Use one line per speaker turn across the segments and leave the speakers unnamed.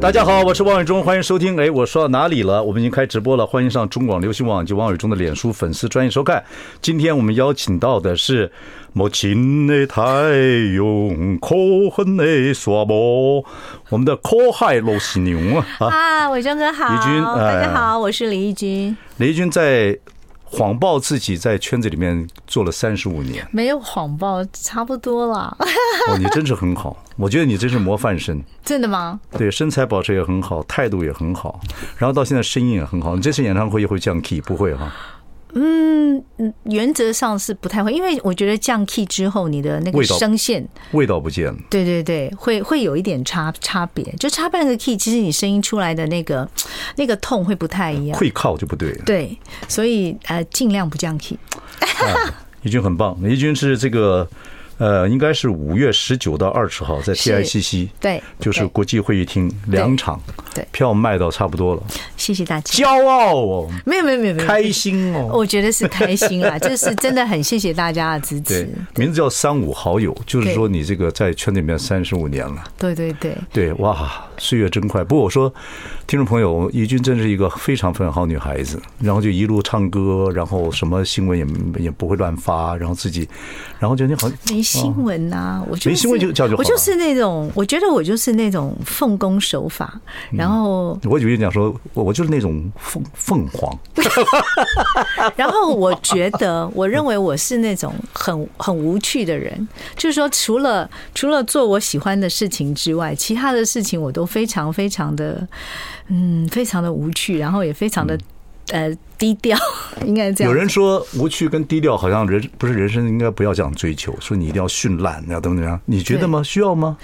大家好，我是王伟忠，欢迎收听。哎，我说到哪里了？我们已经开直播了，欢迎上中广流行网及王伟忠的脸书粉丝专业收看。今天我们邀请到的是母亲的太阳，可恨的沙漠，我们的可海老犀牛啊啊！
啊，伟忠哥好，
李军
大
哎
家好，我是李义军。
雷军在谎报自己在圈子里面做了三十五年，
没有谎报，差不多啦。
哦，你真是很好，我觉得你真是模范生。
真的吗？
对，身材保持也很好，态度也很好，然后到现在声音也很好。你这次演唱会会降 key 不会哈、
原则上是不太会，因为我觉得降 key 之后，你的那个
味道
声线，
味道不见了。
对对对，会会有一点差差别，就差半个 key，其实你声音出来的那个那个痛会不太一样。
会靠就不对了。
对，所以呃，尽量不降 key。
怡君很棒，怡君是这个，呃，应该是五月十九到二十号在
是
TICC，
对
就是
对
国际会议厅两场，
对
票卖到差不多了，
谢谢大家。
骄傲哦，
没有没有没有没有，
开心哦。
我觉得是开心啦， 就是真的很谢谢大家的支
对
持。，
名字叫三五好友，就是
对
说你这个在圈里面三十五年了。
对对对，
对，哇，岁月真快。不过我说，听众朋友，怡君真是一个非常非常好女孩子，然后就一路唱歌，然后什么新闻也也不会乱发，然后自己，然后就你好像
没新闻呐、我就是
哦没新闻就这样就好了
我就是那种，我觉得我就是那种奉公守法，
嗯
然后
我以为你讲说，我我就是那种凤凤凰，
然后我觉得，我认为我是那种很很无趣的人，就是说除了除了做我喜欢的事情之外，其他的事情我都非常非常的，嗯，非常的无趣，然后也非常
嗯
的、呃低调， 应该这样
有。人说无趣跟低调，好像人不是人生应该不要这样追求，说你一定要绚烂，要怎么怎么样？你觉得吗？需要吗？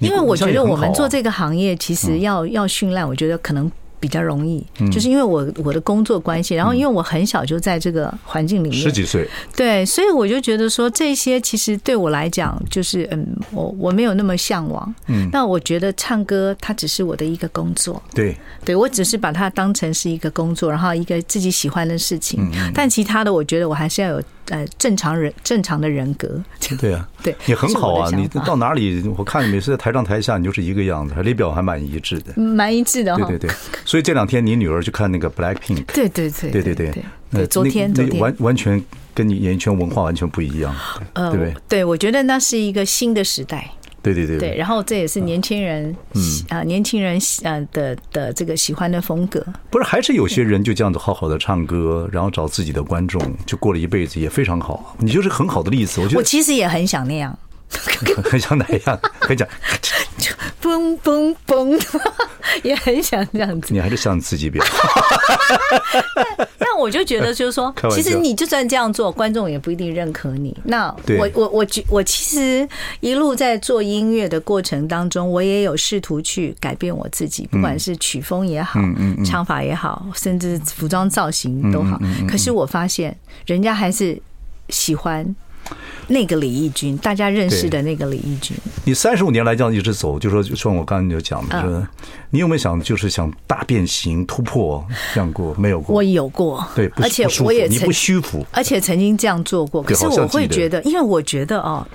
因为我觉得我们做
个，
这个行业，其
嗯
实要、要训练，我觉得可能比较容易，就是因为我我的工作关系，然后因为我很小就在这个环境里
嗯十
面，
几岁，
对，所以我就觉得说这些其实对我来讲，就是嗯，我我没有那么向往。
嗯，
那我觉得唱歌它只是我的一个工作，
对，
对我只是把它当成是一个工作，然后一个自己喜欢的事情。
嗯
但其他的，我觉得我还是要有呃正常人正常的人格。
对啊，
对，
你很好啊，
这是我
你
的想法
到哪里，我看你每次在台上台下，你就是一个样子，里表还蛮一致的。
蛮一致的哈。
对对对，所以这两天你女儿去看那个 Black Pink，
对对对
对对对
对，
那
对昨天
那
昨
那
天
完完全跟你演艺圈文化完全不一样，
呃，
对不对
我对我觉得那是一个新的时代，
对对对嗯
对，然后这也是年轻人喜啊、年轻人喜呃的的这个喜欢的风格，
不是，还是有些人就这样子好好的唱歌，然后找自己的观众，就过了一辈子，也非常好。你就是很好的例子，我觉
我
得
其实也很想 那样，
很很像哪样，很讲，
嘣嘣嘣， 也很想这样子。
你还是像你自 己比较好。
但我就觉得，就是说
开，玩笑
其实你就算这样做，观众也不一定认可你。那
对
我我我觉我其实一路在做音乐的过程当中，我也有试图去改变我自己，
嗯
不管是曲风也好，唱法也好，甚至服装造型都
嗯
好。可是我发现，人家还是喜欢。那个李翊君，大家认识的那个李翊君，
你三十五年来这样一直走，就说就像我刚才就讲的，
嗯
就是你有没有想就是想大变形突破这样过？没有过
我，有过，
对，不
而且
不舒服
我也
你
曾
不虚浮，
而且曾经这样做过，可
对
是
好像
我会
记得
觉得，因为我觉得哦，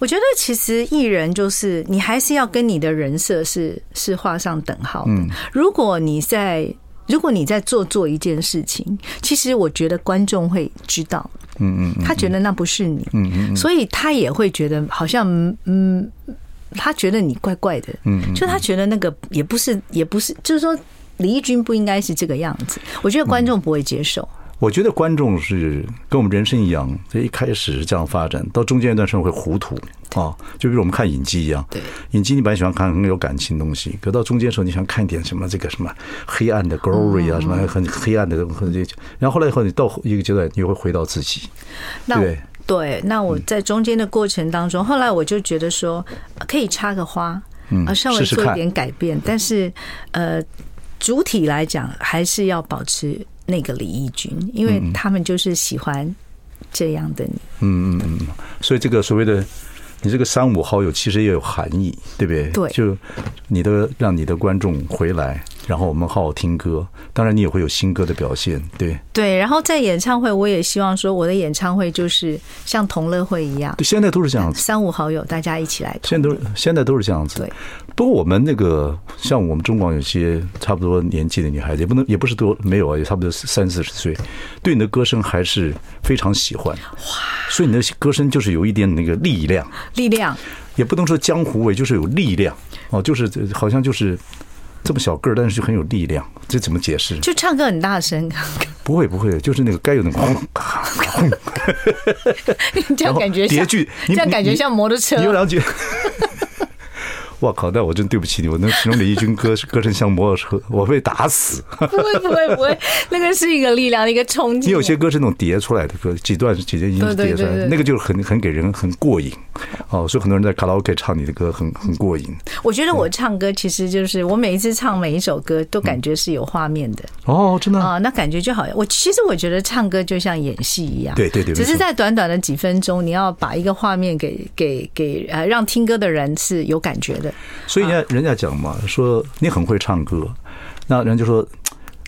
我觉得其实艺人就是你还是要跟你的人设是是画上等号的。
嗯
如果你在如果你在做做一件事情，其实我觉得观众会知道，
嗯嗯
他觉得那不是你，所以他也会觉得好像嗯，他觉得你怪怪的，
嗯
就他觉得那个也不是也不是，就是说李翊君不应该是这个样子，我觉得观众不会接受。
我觉得观众是跟我们人生一样，这一开始是这样发展，到中间一段时间会糊涂啊，就比如我们看影集一样，
对，
影集你本来喜欢看很有感情的东西，可到中间的时候你想看一点什么这个什么黑暗的 glory 啊，
嗯
什么很黑暗的，很这，然后后来以后你到一个阶段，你会回到自己，
那我
对嗯
对，那我在中间的过程当中，后来我就觉得说呃可以插个花，啊，稍微
嗯试试
做一
看
点改变，但是呃。主体来讲，还是要保持那个李翊君，因为他们就是喜欢这样的你。
嗯嗯嗯，所以这个所谓的你这个三五好友其实也有含义，对不对？
对
就你的让你的观众回来，然后我们好好听歌，当然你也会有新歌的表现，对。
对，然后在演唱会，我也希望说，我的演唱会就是像同乐会一样，
对，现在都是这样子，
三五好友大家一起来同
现在都是现在都是这样子。
对，
不过我们那个像我们中广有些差不多年纪的女孩子，也不能也不是多没有啊，也差不多三四十岁，对你的歌声还是非常喜欢。哇！所以你的歌声就是有一点那个力量，
力量。
也不能说江湖味，就是有力量哦，就是好像就是这么小个儿，但是就很有力量，这怎么解释？
就唱歌很大声，
不会不会，就是那个该有那个轰咔轰，
这样感觉像
叠句
这
你
样感觉
你
像摩托 车
你。有两句。 哇靠！那我真对不起你，我能形容李翊君歌歌声像摩托车，我被打死。
不会不会不会，那个是一个力量的一个冲击。
你有些歌是那种叠出来的歌，几段几件音是
对对
叠出来
对
的，
对
那个就是很很给人很过瘾哦，所以很多人在卡拉 OK 唱你的歌很很过瘾
我觉得
嗯
我唱歌其实就是我每一次唱每一首歌都感觉是有画面的
哦，真的
啊、那感觉就好像我其实我觉得唱歌就像演戏一样，
对对对
只
没
是
错
在短短的几分钟，你要把一个画面给给给呃让听歌的人是有感觉的，
所以人家人家讲嘛，说你很会唱歌，那人家就说。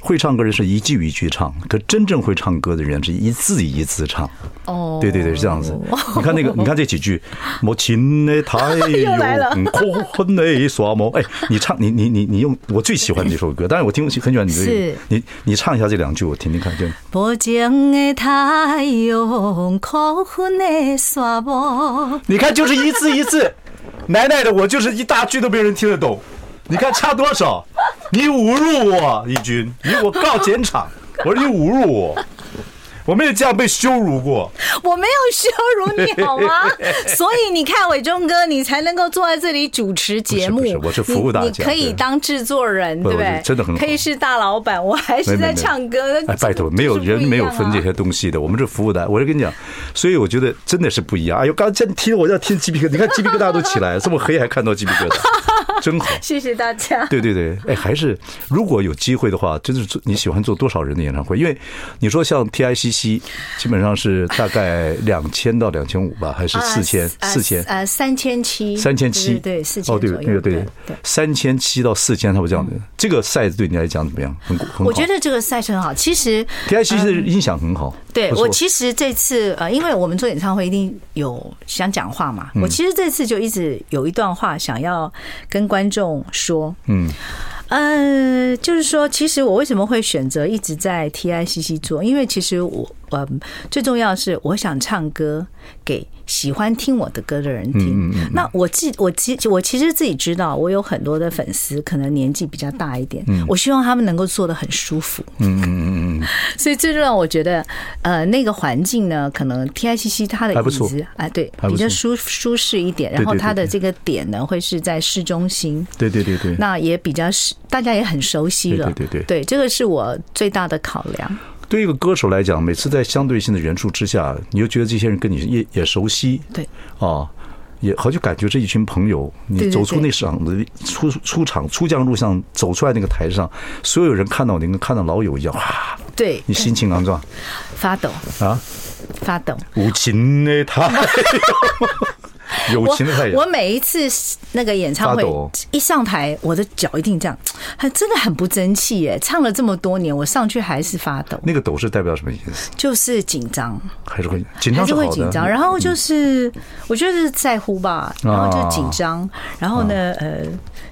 会唱歌的人是一句一句唱，可真正会唱歌的人是一字一字唱。
哦
对对对，是这样子。你看那个，你看这几 句，母亲的太
又来了
阳，空恨的耍毛。哎，你唱，你你你你用我最喜欢的一首 歌，当然我听很喜欢你
是
的，你你唱一下这两句，我听听看。就
无情的太阳，苦恨的沙漠。
你看，就是一字一字， 奶奶的，我就是一大句都没人听得懂。你看差多少？你侮辱我，义军，你我告检场。我说你侮辱我，我没有这样被羞辱过。
我没有羞辱你好 吗？所以你看，伟忠哥，你才能够坐在这里主持节目。
不是不是我是服务大家
你你可以
对
当制作人，
不
对不
我
对
是？真的很好
可以是大老板，我还是
没没
在
没
唱歌。
哎，拜托，
这
没有
就是
人
不一样啊
没有分这些东西的，我们是服务的。我就跟你讲，所以我觉得真的是不一样。哎呦，刚才听我要听鸡皮疙瘩，你看鸡皮疙瘩都起来了，这么黑还看到鸡皮疙瘩，真好。
谢谢大家。
对对对，哎，还是如果有机会的话，真是做你喜欢做多少人的演唱会？因为你说像 TICC，基本上是大概两千到两千五吧，还是四千、
啊
四千、
呃三千七
三千七？
对对四千
哦，对，那个对，三千七到四千，差不多这样的。这个赛对你来讲怎么样？很很好。
我觉得这个赛程好，其实
TICC 的音响很好，
对
不错
我其实这次呃，因为我们做演唱会一定有想讲话嘛，
嗯
我其实这次就一直有一段话想要跟观众说，
嗯，
呃，就是说，其实我为什么会选择一直在 TICC 做？因为其实我，嗯，最重要的是我想唱歌给喜欢听我的歌的人
嗯
听。那我自我其我其实自己知道，我有很多的粉丝，可能年纪比较大一点，我希望他们能够做的很舒服。
嗯嗯嗯嗯嗯，
所以最重要，我觉得，呃，那个环境呢，可能 TICC 它的
还不
椅
错
子啊，对，
还
比
不
较
错
舒舒适一点，然
对
后
对对
它的这个点呢，会是在市中心。
对对对对。
那也比较是大家也很熟悉了，
对对对对
这个是我最大的考量。
对于一个歌手来讲，每次在相对性的人数之下，你就觉得这些人跟你也也熟悉，
对，
啊，也好像感觉这一群朋友，
对
你
对
走出
对
那场的出出场出将入相，走出来那个台上，所有人看到你跟看到老友一样，哇，
对，
你心情昂壮
发抖，
啊，
发抖。
无情的太阳， 友
我
情的太阳
我，每一次那个演唱
发
会
抖
一上台，我的脚一定这样，很真的很不争气耶。唱了这么多年，我上去还是发抖，
那个抖是代表什么意思？
就是紧张，
还是会紧
还
张
是
是
会
好
紧张。
的，嗯
然后就是我觉得是在乎
啊
吧，然后就紧张，然后呢，呃，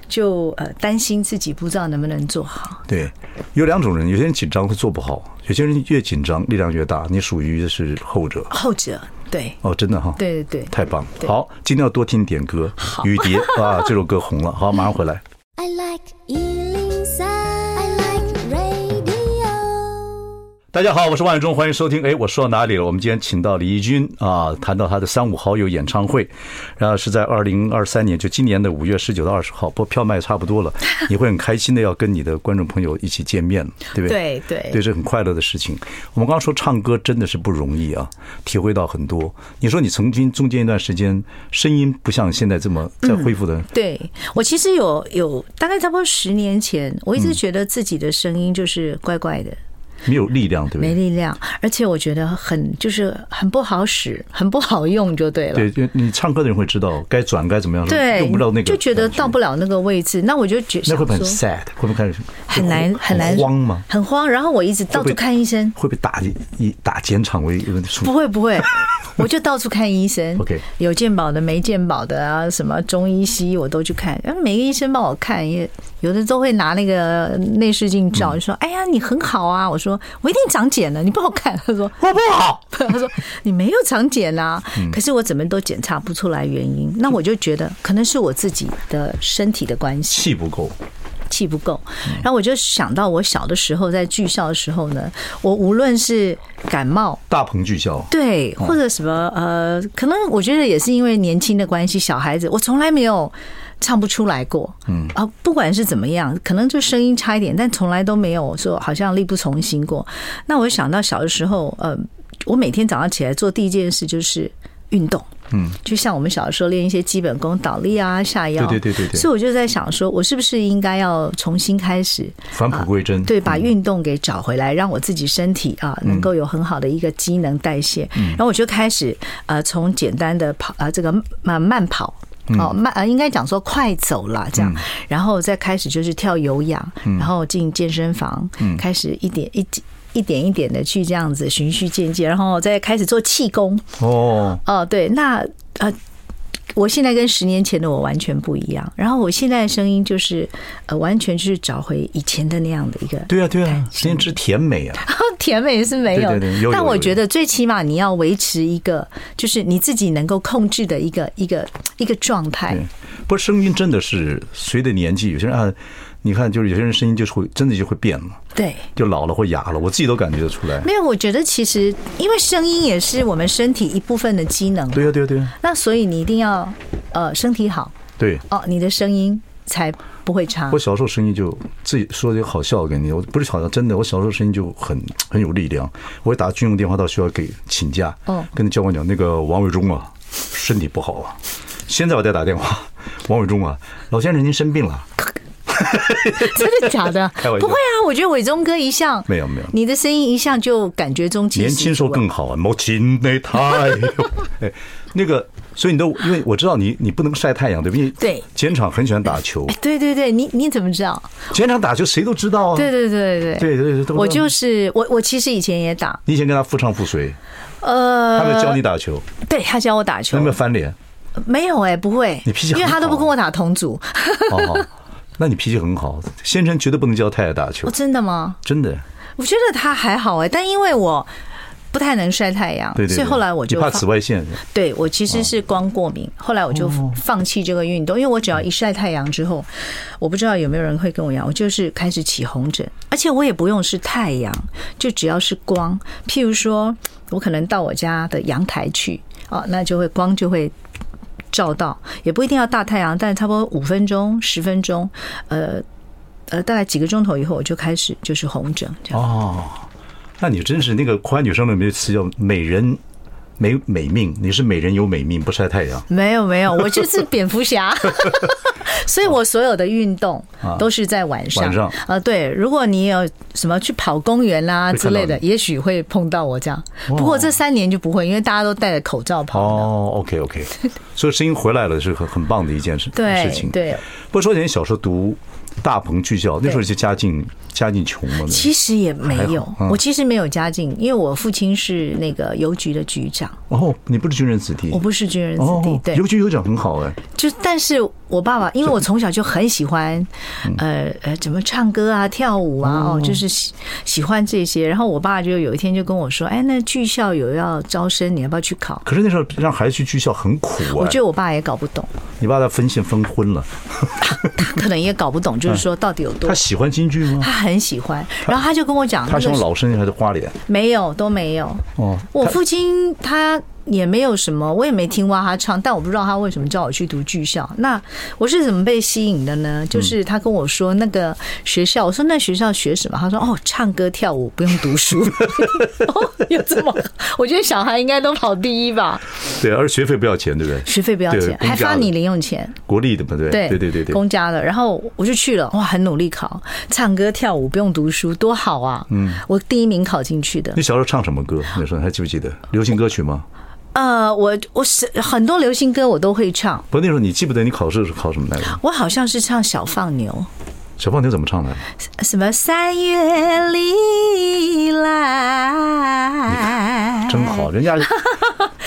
就呃担心自己不知道能不能做好。
对，有两种人，有些人紧张会做不好，有些人越紧张力量越大，你属于是后者。
后者，对，
哦，真的哈，
对对对。
太棒！
对
好，今天要多听点歌，《雨 蝶》啊，这首歌红了。好，马上回来。
I like Ealing Sound. I like radio.
大家好，我是万永忠，欢迎收听。哎，我说到哪里了？我们今天请到李翊君啊，谈到他的三五好友演唱会，然后是在二零二三年，就今年的五月十九到二十号，不过票卖差不 多了，你会很开心的要跟你的观众朋友一起见面，对不对？
对对
对，这很快乐的事情。我们刚刚说唱歌真的是不容易啊，体会到很多。你说你曾经中间一段时间声音不像现在这么在
嗯
恢复的，
对我其实有有大概差不多十年前，我一
嗯
直觉得自己的声音就是怪怪的。
没有力量，对不
没
对？
力量，而且我觉得很就是很不好使，很不好用就对了。
对，因为你唱歌的人会知道该转该怎么样，
对，
用不到那个，
就觉得到不了那个位置，那我就觉
那
想
会
说
不会很 sad，会不会开始
很难很难
慌吗？
很慌，然后我一直到
会不会
处看医生，
会被打一打减场为为
不
数？
会不会，我就到处看医生。
OK
有健保的没健保的啊，什么中医西医我都去看，然后每个医生帮我看，也有的都会拿那个内视镜照，就说：“哎呀，你很好啊。”我说：“我一定长茧了，你帮我看。”他说：“
我不好，
他说你没有长茧啊，可是我怎么都检查不出来原因，那我就觉得可能是我自己的身体的关系，
气不够，
气不够。然后我就想到我小的时候在剧校的时候呢，我无论是感冒。
大鹏巨笑，
对，
嗯
或者什么呃，可能我觉得也是因为年轻的关系，小孩子我从来没有唱不出来过，嗯啊，不管是怎么样，可能就声音差一点，但从来都没有说好像力不从心过。那我想到小的时候，呃，我每天早上起来做第一件事就是运动。嗯，就像我们小的时候练一些基本功，倒立啊、下腰，
对对对对对
所以我就在想说，我是不是应该要重新开始，
返璞归真，
啊对，把运动给找回来，让我自己身体啊能够有很好的一个机能代谢。然后我就开始呃，从简单的跑啊、呃，这个慢慢跑。哦，慢呃，应该讲说快走啦，这样，然后再开始就是跳有氧，然后进健身房，开始一点一一点一点的去这样子循序渐进，然后再开始做气功。
哦，
哦，对，那呃，我现在跟十年前的我完全不一样，然后我现在的声音就是呃，完全就是找回以前的那样的一个
对啊对
哎
啊，时间之甜美啊，
甜美是没有
对
的，
对对有
但
有
我
有
觉得最起码你要维持一个，就是你自己能够控制的一个一个一个状态
对。，不过声音真的是随着年纪，有些人啊，你看就是有些人声音就是会真的就会变了，
对，
就老了或哑了，我自己都感觉得出来，
没有，我觉得其实因为声音也是我们身体一部分的机能，
对啊对啊对啊，
那所以你一定要呃身体好
对。
哦，你的声音才不会差
我。小时候声音就自己说的好笑，跟你我不是好笑，真的，我小时候声音就很很有力量。我会打军用电话到学校给请假，
哦
跟教官讲那个王伟忠啊，身体不好啊，现在我再打电话，王伟忠啊，老先生您生病了，
真的假的？
开玩笑
不会啊，我觉得伟忠哥一向
没有没有
你的声音一向就感觉中气
年
十
轻时候
足
更好啊，谋亲那 太，哎，那个，所以你都因为我知道你你不能晒太阳，对不对？
对哎
检场很喜欢打球，
对对对，你你怎么知道？
检场打球谁都知道啊，
对对对对
对对对，都
我就是我，我其实以前也打，
你以前跟他夫唱妇随，
呃，
他没有教你打球，
对他教我打球
他有没，有翻脸？
没有哎、不会，
你脾气
因为
很
他都
好
不跟我打同组，
哦，那你脾气很好，先生绝对不能教太太打球
哦，，真的吗？
真的。
我觉得他还好哎、但因为我不太能晒太阳，
对对对，
所以后来我就
你怕
放
紫外线，
对我其实是光过敏，后来我就放弃这个运动，因为我只要一晒太阳之后，我不知道有没有人会跟我一样，我就是开始起红疹，而且我也不用是太阳，就只要是光，譬如说我可能到我家的阳台去，哦，那就会光就会。照到也不一定要大太阳，但差不多五分钟、十分钟，呃呃，大概几个钟头以后，我就开始就是红疹这样。
哦，那你真是那个宽女生里面有词叫美人美美命，你是美人有美命，不晒太阳。
没有没有，我就是 蝙蝠侠，所以我所有的运动都是在晚上。
啊晚上
呃，对，如果你有什么去跑公园啦、
会
之
看到
类的，
你
也许会碰到我这样。不过这三年就不会，因为大家都戴着口罩跑。
哦，OK OK，所以声音回来了是很很棒的一件事
对
事情。
对，
不过说起来你小时候读大鹏剧校，那时候就家境家境穷嘛，
其实也没
还
有
好，嗯
我其实没有家境，因为我父亲是那个邮局的局长，
哦，你不是军人子弟，
我不是军人子弟
哦，，
对
邮，局邮长很好哎，
就但是我爸爸，因为我从小就很喜欢
嗯
呃呃怎么唱歌啊、跳舞啊，哦，就是喜喜欢这些。然后我爸就有一天就跟我说：“哎，那剧校有要招生，你要不要去考
可是那时候让孩子去剧校很苦？”
我
啊
觉，得我爸也搞不懂，
你把他分线分昏了。
他可能也搞不懂，就是说到底有多
他。喜欢京剧吗
他？很喜欢，然后他就跟我讲，
他喜
那
欢
个
老生还是花脸？
没有都没有，
哦，
我
他
父亲他也没有什么，我也没听过他唱，但我不知道他为什么叫我去读剧校。那我是怎么被吸引的呢？就是他跟我说那个学校，我说那学校学什么？他说哦，唱歌跳舞不用读 书。哦，有这么？我觉得小孩应该都跑第一吧，
对，而且学费不要钱，对不对？
学费不要
对
钱，
公
还
家
发
的
你零用钱。
国立的嘛，对，
对
对对对对。
公家的。然后我就去了，哇，很努力考，唱歌跳舞不用读书，多好啊！嗯，我第一名考进去的。
你小时候唱什么歌？那时候还记不记得流行歌曲吗？
呃，我我是很多流行歌我都会唱。
不，那时候你记不得你考试是考什么来 着？
我好像是唱《小放牛
小胖牛怎么唱的？》，
什么三月里来，
真好，人 家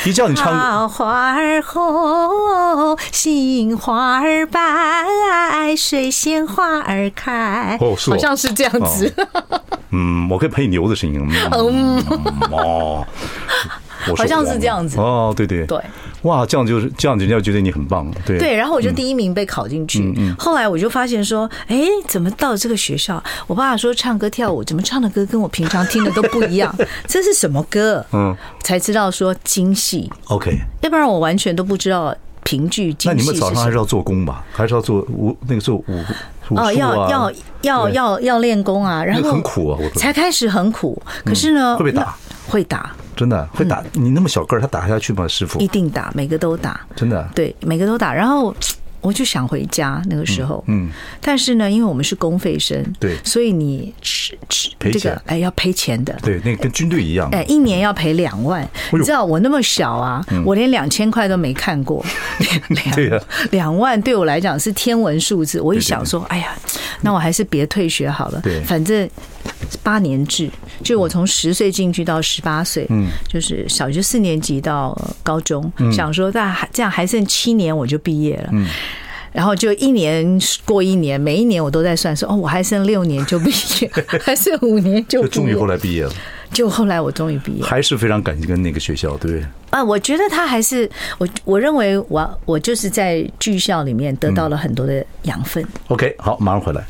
一叫你唱，
桃花儿红，杏花儿白，水仙花儿开，
哦是哦
好像是这样子。
嗯，我可以配牛的声音， 嗯，哦，我说
好像是这样子
哦，对对
对，
哇，这样就是这样，人家觉得你很棒，对嗯
对，然后我就第一名被考进去。后来我就发现说，哎，怎么到这个学校？我爸爸说唱歌跳舞，怎么唱的歌跟我平常听的都不一 样？这是什么歌？
嗯，
才知道说京戏。
，OK。
要不然我完全都不知道评剧
那
精
你
细
们
是
早
什
上还
么。
是要做工吧？还是要做武那个做武武术啊？
哦，要要要
对
要要练功啊，然
那个
后
很苦啊我说
才开始很苦，可是呢，
会被打
那，会打，
真的会打你那么小个儿，他打下去吗？师傅
嗯一，定打，每个都打，
真的
对，每个都打。然后我就想回家那个时候，嗯，但是呢，因为我们是公费生，
对
所以你吃吃
赔
这个
钱
哎要赔钱的，
对，那个跟军队一样，
哎，一年要赔两万，
哎呦嗯
你知道我那么小啊，我连两千块都没看过，
对呀
两两万对我来讲是天文数字。我一想说，哎呀，那我还是别退学好了
对，
反正八年制，就我从十岁进去到十八岁，嗯，就是小学四年级到高中，
嗯
想说那还这样还剩七年我就毕业了，嗯。然后就一年过一年，每一年我都在算说，哦，我还剩六年就毕业， 还剩五年就
就
毕
终于
业
后。来毕业了，
就后来我终于毕业了
还是非常感激跟那个学校，对不对？
啊，我觉得他还是我，我认为我我就是在剧校里面得到了很多的养分。
OK，好，马上回来。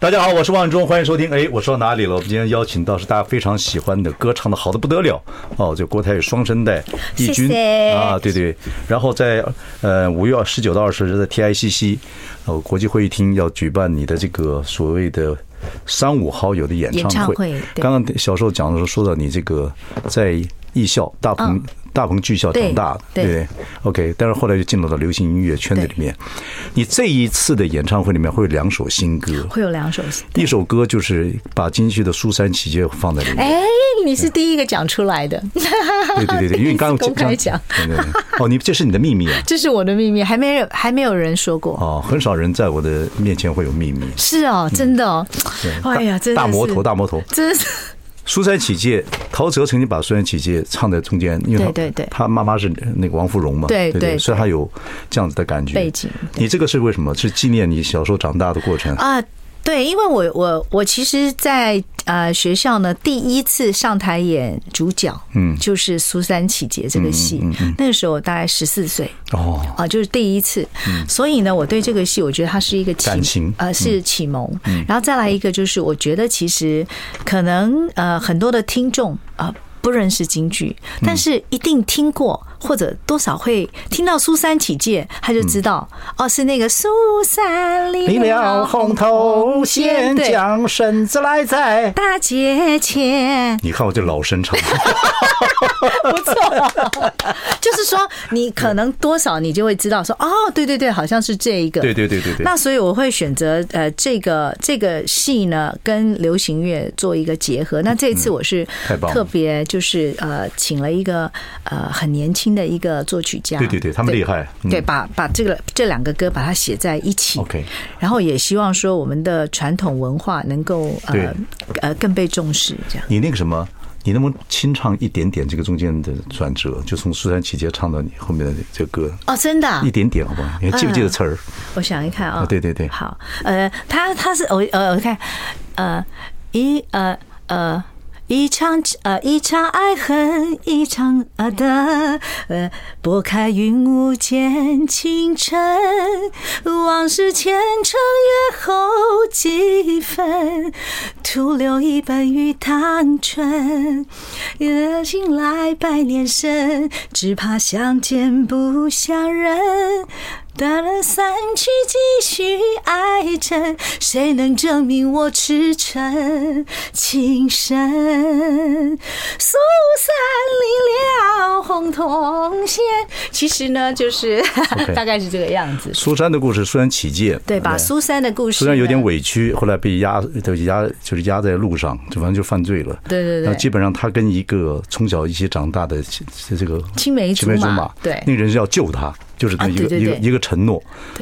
大家好，我是万忠，欢迎收听。哎，我说到哪里了？我们今天邀请到是大家非常喜欢的歌，唱的好的不得了哦，就郭台宇双声带义军
谢谢
啊，对对。然后在呃五月十九到二十在 TICC 呃国际会议厅要举办你的这个所谓的三五好友的演
演
唱
唱
会。
会对
刚刚小时候讲的时候说到你这个在艺校大鹏、
嗯
大鹏剧校长大的，
对
对 OK，但是后来就进入到流行音乐圈子里面。你这一次的演唱会里面会有两首新歌，
会有两首，
一首歌就是把京剧的《苏三起解》放在里面。
哎，你是第一个讲出来的，哎
对对对 对，因为你刚
第一次
刚
公开讲，
对对对哦，你这是你的秘密啊！
这是我的秘密，还没人还没有人说过。
哦，很少人在我的面前会有秘密。
是哦，真的哦，哎呀，真的
大魔
是
头，，大魔头，
真是
苏三起解，陶喆曾经把苏三起解唱在中间，因为他
对对对
他妈妈是那个王芙蓉嘛，
对
对
对
所以他有这样子的感觉
背景。
你这个是为什么？是纪念你小时候长大的过程。
啊。对，因为我我我其实在，呃学校呢，第一次上台演主角，嗯，就是《苏三起解》这个戏，那个时候我大概十四岁，
哦，
啊，就是第一次，所以呢，我对这个戏，我觉得它是一个
嗯
启
感情嗯
呃，是启蒙。然后再来一个就是，我觉得其实可能呃，很多的听众啊、不认识京剧，
嗯
但是一定听过或者多少会听到苏三起解，他就知道、哦，是那个苏三
你
里
了红头先
对，
将身子来在。
大姐前，
你看我这老生唱，
就是说你可能多少你就会知道说哦，对对对，好像是这一个，
对对对对对。
那所以我会选择呃这个这个戏呢跟流行乐做一个结合。那这一次我是
嗯太棒了
特别就是呃请了一个呃很年轻的一个作曲家，
对对对，他们厉害。嗯
对，把把这个这两个歌把它写在一起
OK
然后也希望说我们的传统文化能够
对
呃呃更被重视，这样
你那个什么， 你能不能清唱一点点这个中间的转折？就从苏珊起节唱到你后面的这个歌，
哦，真的啊、
一点点好不好？你还记不记得词儿？
我想一看啊、
啊对对对
好，呃，他他是我呃，我看，呃，一呃呃。一场呃，一场爱恨，一场呃的呃，拨开云雾见清晨，往事前尘月后几分，徒留一本玉堂春。热情来百年身，只怕相见不相认。断了散去，继续爱着，谁能证明我赤诚情深？苏三离了红铜线。其实呢，就是
OK
大概是这个样子，
苏珊的故事，苏珊起节，
对，把苏珊的故事呢，
虽然有点委屈，后来被压，就压就是压在路上，就反正就犯罪了。
对对对
然后基本上他跟一个从小一起长大的这这个
青梅竹马对
那个人是要救他，就是这么一
啊
个
对对
一个
对
一个承诺。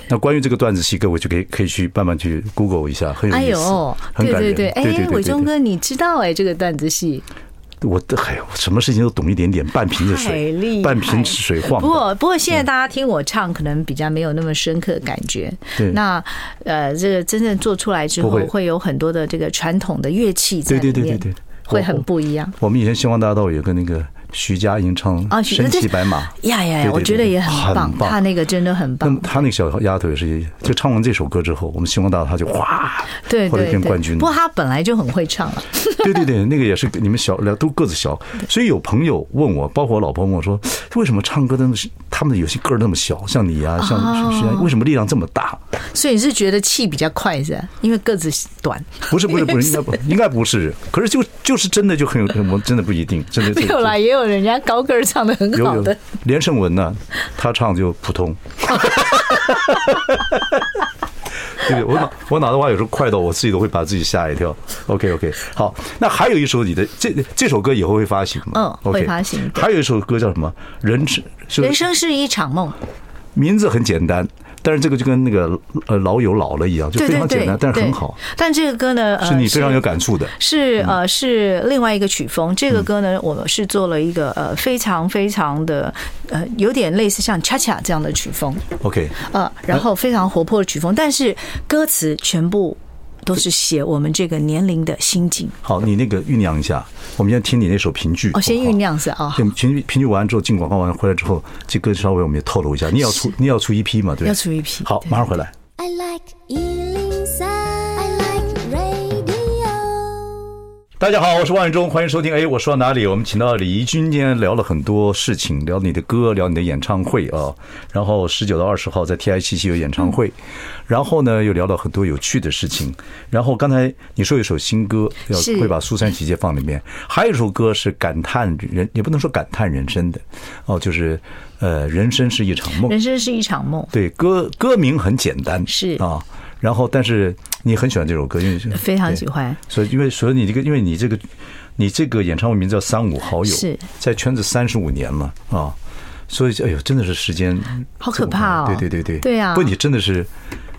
那关于这个段子戏，各位就可以可以去慢慢去 Google 一下，很有
哎
意思
呦，，
很感
对
人。对
对，哎
对，
伟忠
对，
哥，你知道哎这个段子戏，
我哎呦，什么事情都懂一点点，半瓶子
太厉
水，
害
半瓶子水晃的。
不
嗯
过不过现在大家听我唱，可能比较没有那么深刻的感觉。
对
那呃，这个真正做出来之后
不会，
会有很多的这个传统的乐器在
对
里
对
面，
对对对，
会
我
很不一样。
我们以前《星光大道》有个那个徐佳莹唱
啊
《
许
身
这
骑白马》，
呀呀
对
呀，
对
我觉得也很棒
很，棒
他那个真的很
那
棒
么。他那个小丫头也是，就唱完这首歌之后，我们星光大道他就哗，
对
后来
对
变冠
对，
军
不过他本来就很会唱啊了。
对对对，那个也是你们小俩都个子小，所以有朋友问我，包括我老婆问我说，为什么唱歌的那么他们有些个儿那么小，像你啊，像徐安，为什么力量这么大？
所以你是觉得气比较快是吧？因为个子短。
不是不是不是，应该不应该不是，可是就就是真的就很有，我真的不一定，真的
没有啦，也有人家高个儿唱的很
有
好
有
的。
连胜文呢，他唱就普 通。对，我脑我脑袋瓜有时候快到我自己都会把自己吓一跳。OK OK，好，那还有一首你的这这首歌以后会发行吗？
嗯
OK
会发行对
还有一首歌叫什么？人是是
人生是一场梦，
名字很简单，但是这个就跟那个呃老友老了一样，就
对
非
对
常
对
简单，，但是很
对
好，。
但这个歌呢，呃
是你非常有感触的。
是呃是另外一个曲风，这
嗯
个歌呢，我们是做了一个呃非常非常的呃有点类似像恰恰这样的曲风，
OK，
呃，然后非常活泼的曲风，但是歌词全部都是写我们这个年龄的心境。
好，你那个酝酿一下，我们先听你那首评剧。
哦，先
好不好
酝酿是啊，
对，评剧评剧完之后，进广告完回来之后，这歌稍微我们也透露一下，你也要出你也要出一批嘛，对不对
要出一批
好，
对
马上回来。
I like Ealing Sound. I like radio.
大家好，我是万永忠，欢迎收听。哎，我说到哪里？我们请到李怡君，今天聊了很多事情，聊你的歌，聊你的演唱会啊。然后十九到二十号在 TICC 有演唱
嗯
会，然后呢又聊了很多有趣的事情。然后刚才你说有首新歌，要
是嗯
会把苏珊琪节放里面，还有一首歌是感叹人，也不能说感叹人生的哦，就是呃，人生是一场梦。
人生是一场梦，
对，歌歌名很简单，
是
啊。然后，但是你很喜欢这首歌，因为是
非常
对
喜欢
所以，因为所以你这个，因为你这个，你这个演唱会名字叫《三五好友》，
是
在圈子三十五年了啊。所以，哎呦，真的是时间
好可怕哦
这么快对对对对，
对啊
不，你真的是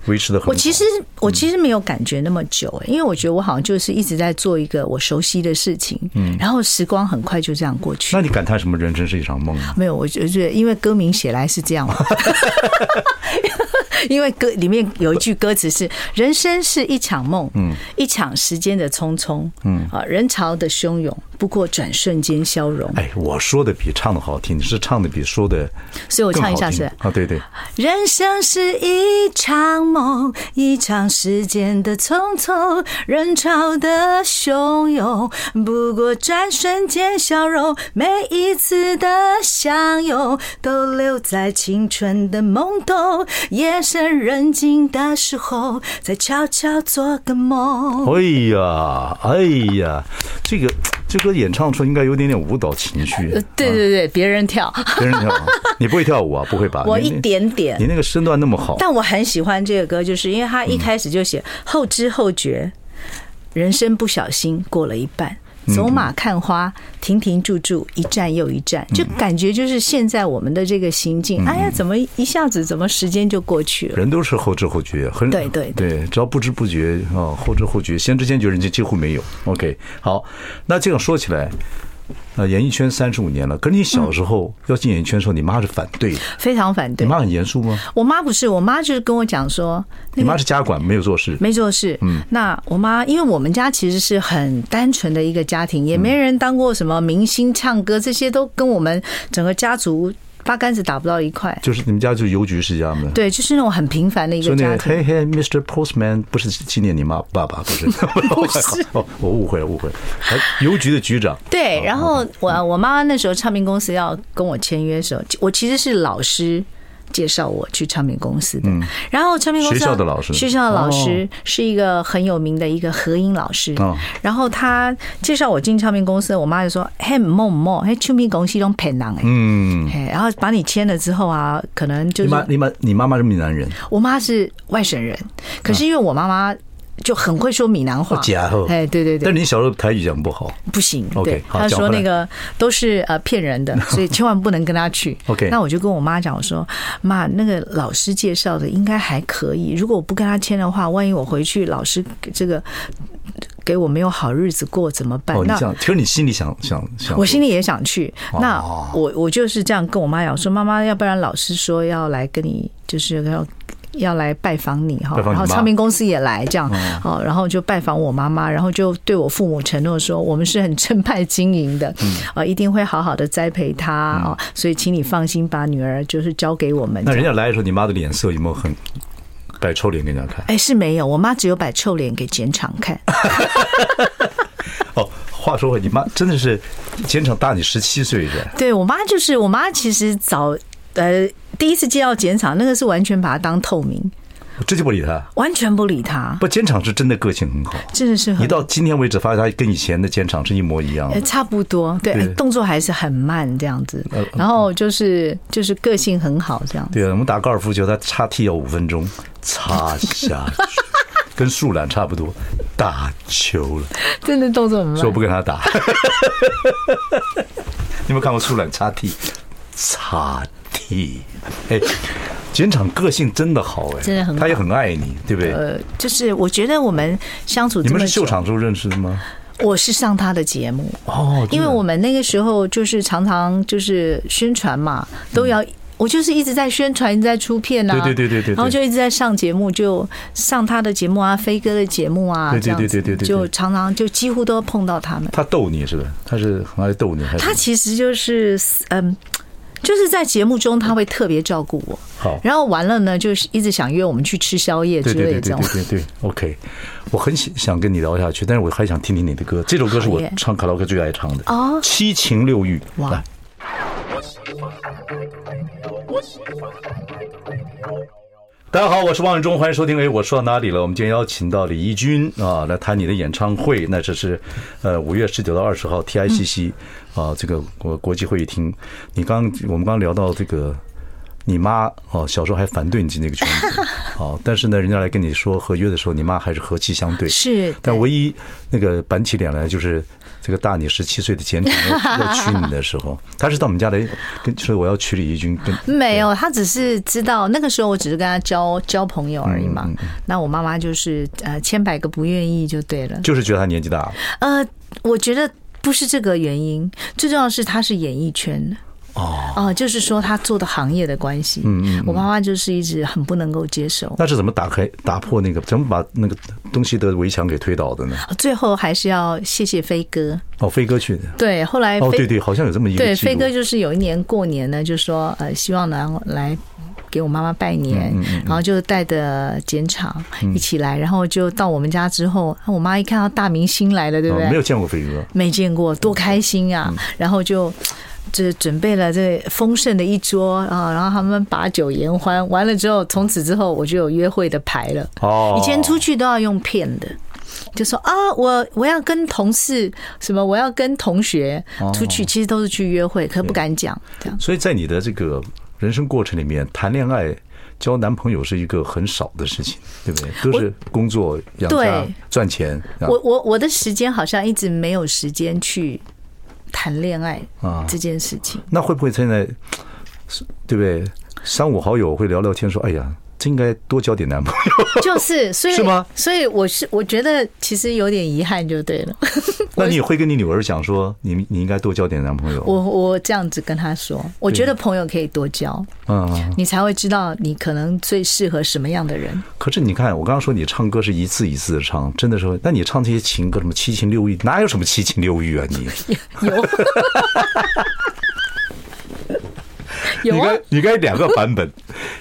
维持的很好。嗯
我其实我其实没有感觉那么久、欸，因为我觉得我好像就是一直在做一个我熟悉的事情，嗯，然后时光很快就这样过去。
那你感叹什么？人生是一场梦啊。
没有，我就觉得因为歌名写来是这样嘛， 因为歌里面有一句歌词是“人生是一场梦，嗯，一场时间的匆匆，嗯啊，人潮的汹涌，不过转瞬间消融。
哎，我说的比唱的好听，你是唱的比说的
所以我
更好
唱一
听
下是
啊，对对，
人生是一场梦，一场时间的匆匆，人潮的汹涌，不过转瞬间消融。每一次的相拥，都留在青春的懵懂。夜深人静的时候，再悄悄做个梦。
哎呀，哎呀，这个这歌演唱出来应该有点点舞蹈情绪。
呃对对对，别人跳，
别人跳 舞，你不会跳舞啊？不会吧？
我
啊你那
一点点
你那个身段那么好，
但我很喜欢这个歌，就是因为他一开始就写后知后觉，人生不小心过了一半。
嗯
走马看花，停停住住，一站又一站，
嗯
就感觉就是现在我们的这个心境。哎呀，怎么一下子怎么时间就过去了？
人都是后知后觉，很
对对
对只要不知不觉啊、后知后觉，先知先觉人家几乎没有。OK，好，那这样说起来，呃，演艺圈三十五年了，可是你小时候要进演艺圈的时候，你妈是反对的，
非常反
你
对。
妈很严肃吗？
我妈不是，我妈就是跟我讲说，
你妈是家管，没有做事。
没做事。嗯，那我妈，因为我们家其实是很单纯的一个家
嗯
庭，也没人当过什么明星、唱歌，这些都跟我们整个家族八竿子打不到一块。
就是你们家就邮局世家嘛。
对，就是那种很平凡的一
所
个
以那
家
个
庭。
嘿嘿，Mr. Postman 不是纪念你妈爸爸， 不是，不
是
哦，我误会了，误会了，还邮局的局长，
对，然后我我妈妈那时候唱片公司要跟我签约的时候，我其实是老师介绍我去唱片公司的。然后唱片公司
嗯学校的老师
学校的老师是一个很有名的一个和音老师。
哦
然后他介绍我进唱片公司，我妈就说：“嘿，梦梦，嘿，唱片公司拢骗人哎。”
嗯，
嘿，然后把你签了之后啊，可能就
你妈
是
你妈你妈妈是闽南人，
我妈是外省人，可是因为我妈妈就很会说闽南话，
哦假哦
哎，对对对
但，是你小时候台语讲不好，
不行，
OK，
对，
好
他
讲
说
回来
那个都是呃骗人 的，所以千万不能跟他去。
OK
那我就跟我妈讲，我说妈，那个老师介绍的应该还可以，如果我不跟他签的话，万一我回去老师给这个给我没有好日子过怎么办？
哦，你
那
想，其实你心里想想想，哦
我心里也想去。那我我就是这样跟我妈讲说，妈妈，要不然老师说要来跟你，就是要。要来拜访你哈，
拜访你
然后
妈嗯
唱片公司也来这样哦，然后就拜访我妈妈，然后就对我父母承诺说，我们是很正派经营的，
嗯
呃，一定会好好的栽培她哦，所以请你放心，把女儿就是交给我们。
那人家来的时候，你妈的脸色有没有很摆臭脸给人家看？
哎，是没有，我妈只有摆臭脸给检场看，
哦，话说回你妈真的是监场大你十七岁是吧？
对我妈就是我妈，其实早呃第一次接到检场，那个是完全把她当透明，
我这就不理她。
完全不理她。
不，监场是真的个性很好。
真的是
你
很。
到今天为止，发现她跟以前的监场是一模一样的
呃，。差不多，对，
对
哎动作还是很慢这样子
呃，
然后就是就是个性很好这样。
对啊，我们打高尔夫球，他插 T 要五分钟，插下去， 跟树懒差不多，打球了，
真的动作很
所以我
慢。
不跟他打。 你有没有看过树懒插 T？插 T，哎，简场个性真的好哎，
真的很好
他也很爱你，对不对？
呃，就是我觉得我们相处
你
这
们
么
是秀
久，
场时候认识的吗？
我是上他的节目，
哦，真
因为
的
我们那个时候就是常常就是宣传嘛，都要。我就是一直在宣传，一直在出片啊，
嗯对对对对对对
然后就一直在上节目，就上他的节目啊，飞哥的节目啊，
对对
这样子
对对对对对
就常常就几乎都碰到他们。
他逗你是吧？他是很爱逗你，还是
他其实就是嗯，就是在节目中他会特别照顾我，
好。
然后完了呢，就是一直想约我们去吃宵夜之
对对
类
对
的这
对
种。
对对对，OK，我很想想跟你聊下去，但是我还想听听你的歌。这首歌是
好
我
耶
唱卡拉 OK 最爱唱的
哦
七情六欲》。
哇
来，大家好，我是王永忠，欢迎收听。哎，我说到哪里了？我们今天邀请到李翊君啊，来谈你的演唱会。那这是呃五月十九到二十号 TICC 啊，这个国国际会议厅。你刚我们刚聊到这个。你妈哦，小时候还反对你进这个圈 子，哦，但是呢，人家来跟你说合约的时候，你妈还是和气相对。
是
但唯一那个板起脸来就是这个大你十七岁的 监察要要娶你的时候，他是到我们家来跟说我要娶李翊君，跟
没有，他只是知道那个时候我只是跟他交交朋友而已嘛。
嗯
那我妈妈就是呃千百个不愿意就对了。
就是觉得他年纪大了
呃，我觉得不是这个原因，最重要是他是演艺圈的。哦，啊、就是说他做的行业的关系，嗯嗯，我妈妈就是一直很不能够接受，
那是怎么打开打破那个怎么把那个东西的围墙给推倒的呢？
最后还是要谢谢飞哥，
哦，飞哥去的。
对，后来飞、
哦，对对，好像有这么一个
对，
记录
飞哥就是有一年过年呢，就说呃，希望能来给我妈妈拜年，
嗯
然后就带着剪厂一起来，然后就到我们家之后，啊我妈一看到大明星来了，对不对？
哦没有见嗯过飞哥，
没见过，多开心啊！然后就。这准备了这丰盛的一桌啊，然后他们把酒言欢，完了之后，从此之后我就有约会的牌了。
哦，
以前出去都要用骗的，就说啊，我我要跟同事什么，我要跟同学
哦
出去，其实都是去约会，可不敢讲这样。
所以在你的这个人生过程里面，谈恋爱、交男朋友是一个很少的事情，对不对？都是工作、养家
对、
赚钱。啊
我我我的时间好像一直没有时间去谈恋爱
啊
这件事情。
那会不会现在，对不对？三五好友会聊聊天，说：“哎呀，这应该多交点男朋 友。
就是，所以
是吗
所以我是我觉得其实有点遗憾，就 对了。
那你也会跟你女儿讲说，你你应该多交点男朋友。
我我这样子跟他说，我觉得朋友可以多交，
嗯，嗯
你才会知道你可能最适合什么样的人。
可是你看，我刚刚说你唱歌是一次一次的唱，真的是会。那你唱这些情歌，什么七情六欲，哪有什么七情六欲啊你？
有有
你
啊
该，你该两个版本，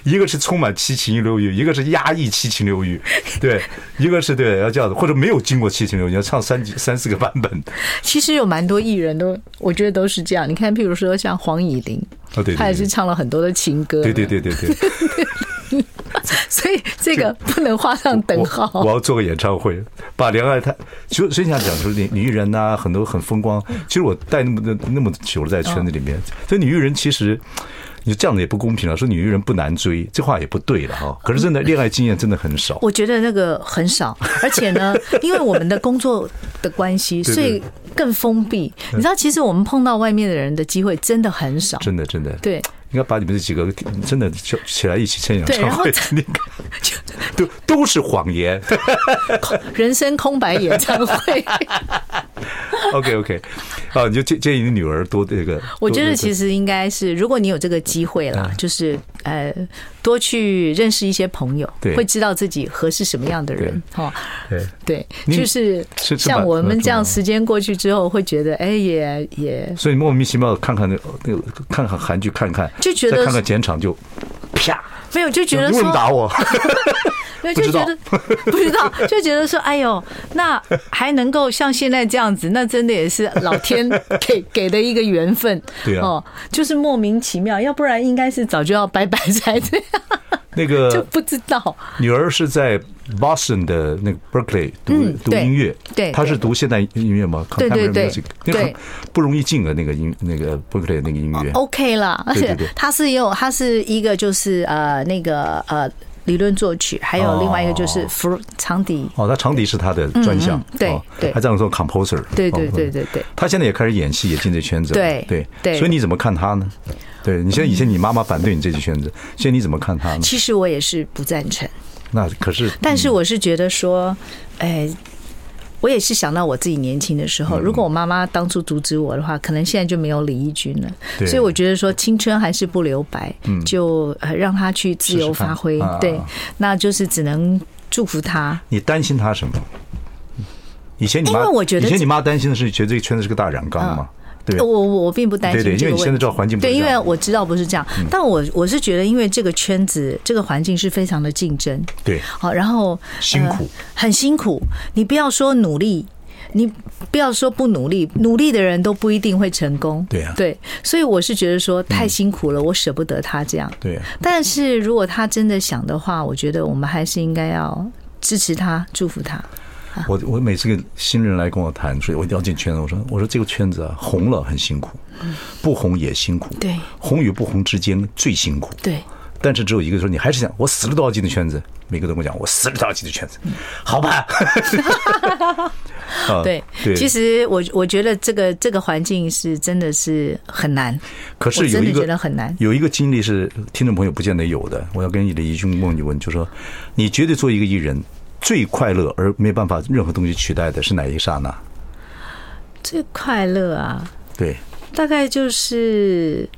一个是充满七情六欲，一个是压抑七情六欲，对，一个是对要这样子，或者没有经过七情六欲，要唱三几三四个版本。
其实有蛮多艺人都，我觉得都是这样。你看，譬如说像黄以玲，
哦对对
她也是
对
唱了很多的情歌，
对对，对对对，
所以这个不能画上等号。
我我要做个演唱会，把梁爱她，其实谁想讲说女女艺人呐、很多很风光。其实我待那么那那么久了，在圈子里
嗯
面，所以女艺人其实。你这样子也不公平了，说女艺人不难追，这话也不对了哈。可是真的恋爱经验真的很少，
我觉得那个很少，而且 呢，因为我们的工作的关系，
对对
所以更封闭。你知道，其实我们碰到外面的人的机会真的很少。
真的真的。
对，
应该把你们这几个真的叫起来一起签演
对然
唱
后
会
再，
你看，都都是谎言。
人生空白演唱会，
OK OK，啊，你就建建议你女儿多这个。
我觉得
实
其实应该是，如果你有这个机会
嗯
啦，就是呃，多去认识一些朋友
对，
会知道自己合适什么样的人。哈，
对，
对，
你
就是
是呃是
像
蛮
我
蛮
们
重
这
要
样
的
时间过去之后，会觉得哎，也也
所以莫名其妙看看那个那个看看韩剧，看看
就觉得
再看看剪场就啪，
没有就觉
有
得
人
说
打我，
对，
不
就
知道
觉得 不知道，就觉得说，哎呦，那还能够像现在这样子，那真的也是老天给给的一个缘分。
对啊
哦，就是莫名其妙，要不然应该是早就要拜拜才对，
那
就
个
不知道。
女儿是在 Boston 的那个 Berkeley 读、
嗯
读
对
音乐，
对
她是读现代音乐吗？
对对
Contemporary
对
music，那个很
对
不容易进的那个音那个 Berkeley 那个音乐。
OK 啦，而
对对
且
对
他是也有，他是一个就是呃那个呃理论作曲，还有另外一个就是
哦
弗长笛。
哦，他长笛是他的专项
嗯，嗯对
哦
对
还这样做 composer，
对对
哦
对对对
他现在也开始演戏，也进这圈子了，
对
对
对嗯
所以你怎么看他呢？对你现在以前你妈妈反对你这些圈子，现在你怎么看他呢？
其实我也是不赞成。
那可是，
但是我是觉得说，哎，我也是想到我自己年轻的
嗯
时候，如果我妈妈当初阻止我的话，可能现在就没有李义军了。
对嗯
所以我觉得说，青春还是不留白，就呃让他去自由发挥。
试试看啊
对，那就是只能祝福他。
你担心他什么？以前你妈，
因为我觉得啊
以前你妈担心的是觉得这个圈子是个大染缸嘛，对
呃我
不对，
我我并不担心
对对
这个
因为你
问
现在
题
知道环境不是
对，因
这
为
样嗯
我知道不是这样，但我我是觉得，因为这个圈子、这个环境是非常的竞争，
对
好，然后
辛苦
呃很辛苦。你不要说努力，你不要说不努力，努力的人都不一定会成功。
对啊嗯
对，所以我是觉得说太辛苦了，我舍不得他这样。
对啊
但是如果他真的想的话，我觉得我们还是应该要支持他、祝福他。
我我每次跟新人来跟我谈，说我一定要进圈子，我说我说这个圈子啊，红了很辛苦，不红也辛苦，
嗯对
红与不红之间最辛苦，
对，
但是只有一个说，你还是想我死了都要进的圈子。每个都跟我讲，我死了都要进的圈子，好吧？ 啊
对，
对，
其实我我觉得这个这个环境是真的是很难，
可是有
我
一
真的
个
觉得很难
有一个经历是听众朋友不见得有的。我要跟你的一军问一问，就说你绝对做一个艺人最快乐而没办法任何东西取代的是哪一刹那？
最快乐啊，
对，
大概就是。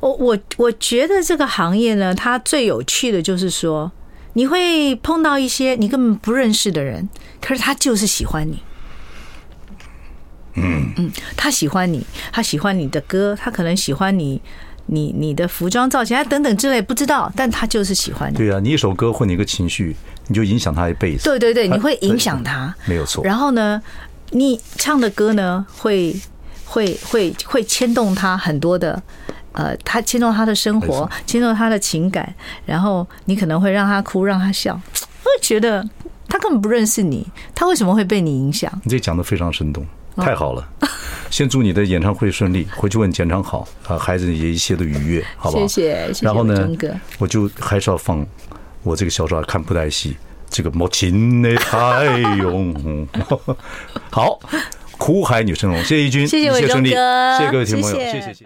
我我我觉得这个行业呢，它最有趣的就是说，你会碰到一些你根本不认识的人，可是他就是喜欢你。嗯，他喜欢你，他喜欢你的歌，他可能喜欢你，你你的服装造型啊等等之类，不知道，但他就是喜欢你。
对啊，你一首歌或你一个情绪，你就影响他一辈子。
对对对，
他嗯
你会影响他，
没有错
然后呢，你唱的歌呢，会会会会牵动他很多的，呃，他牵动他的生
没
活
错，
牵动他的情感，然后你可能会让他哭，让他笑，我会觉得他根本不认识你，他为什么会被你影响？
你这讲的非常生动，
嗯
太好了！先祝你的演唱会顺利，回去问检场好啊，孩子也一切的愉悦，好不好？
谢谢谢谢
然后呢
钟哥，
我就还是要放我这个小时候看布袋戏，这个母亲的太勇。 好，苦海女神龙，谢谢一军，
谢谢
一切
伟忠
顺利，
哥
谢谢各位听众朋友，
谢谢
谢谢。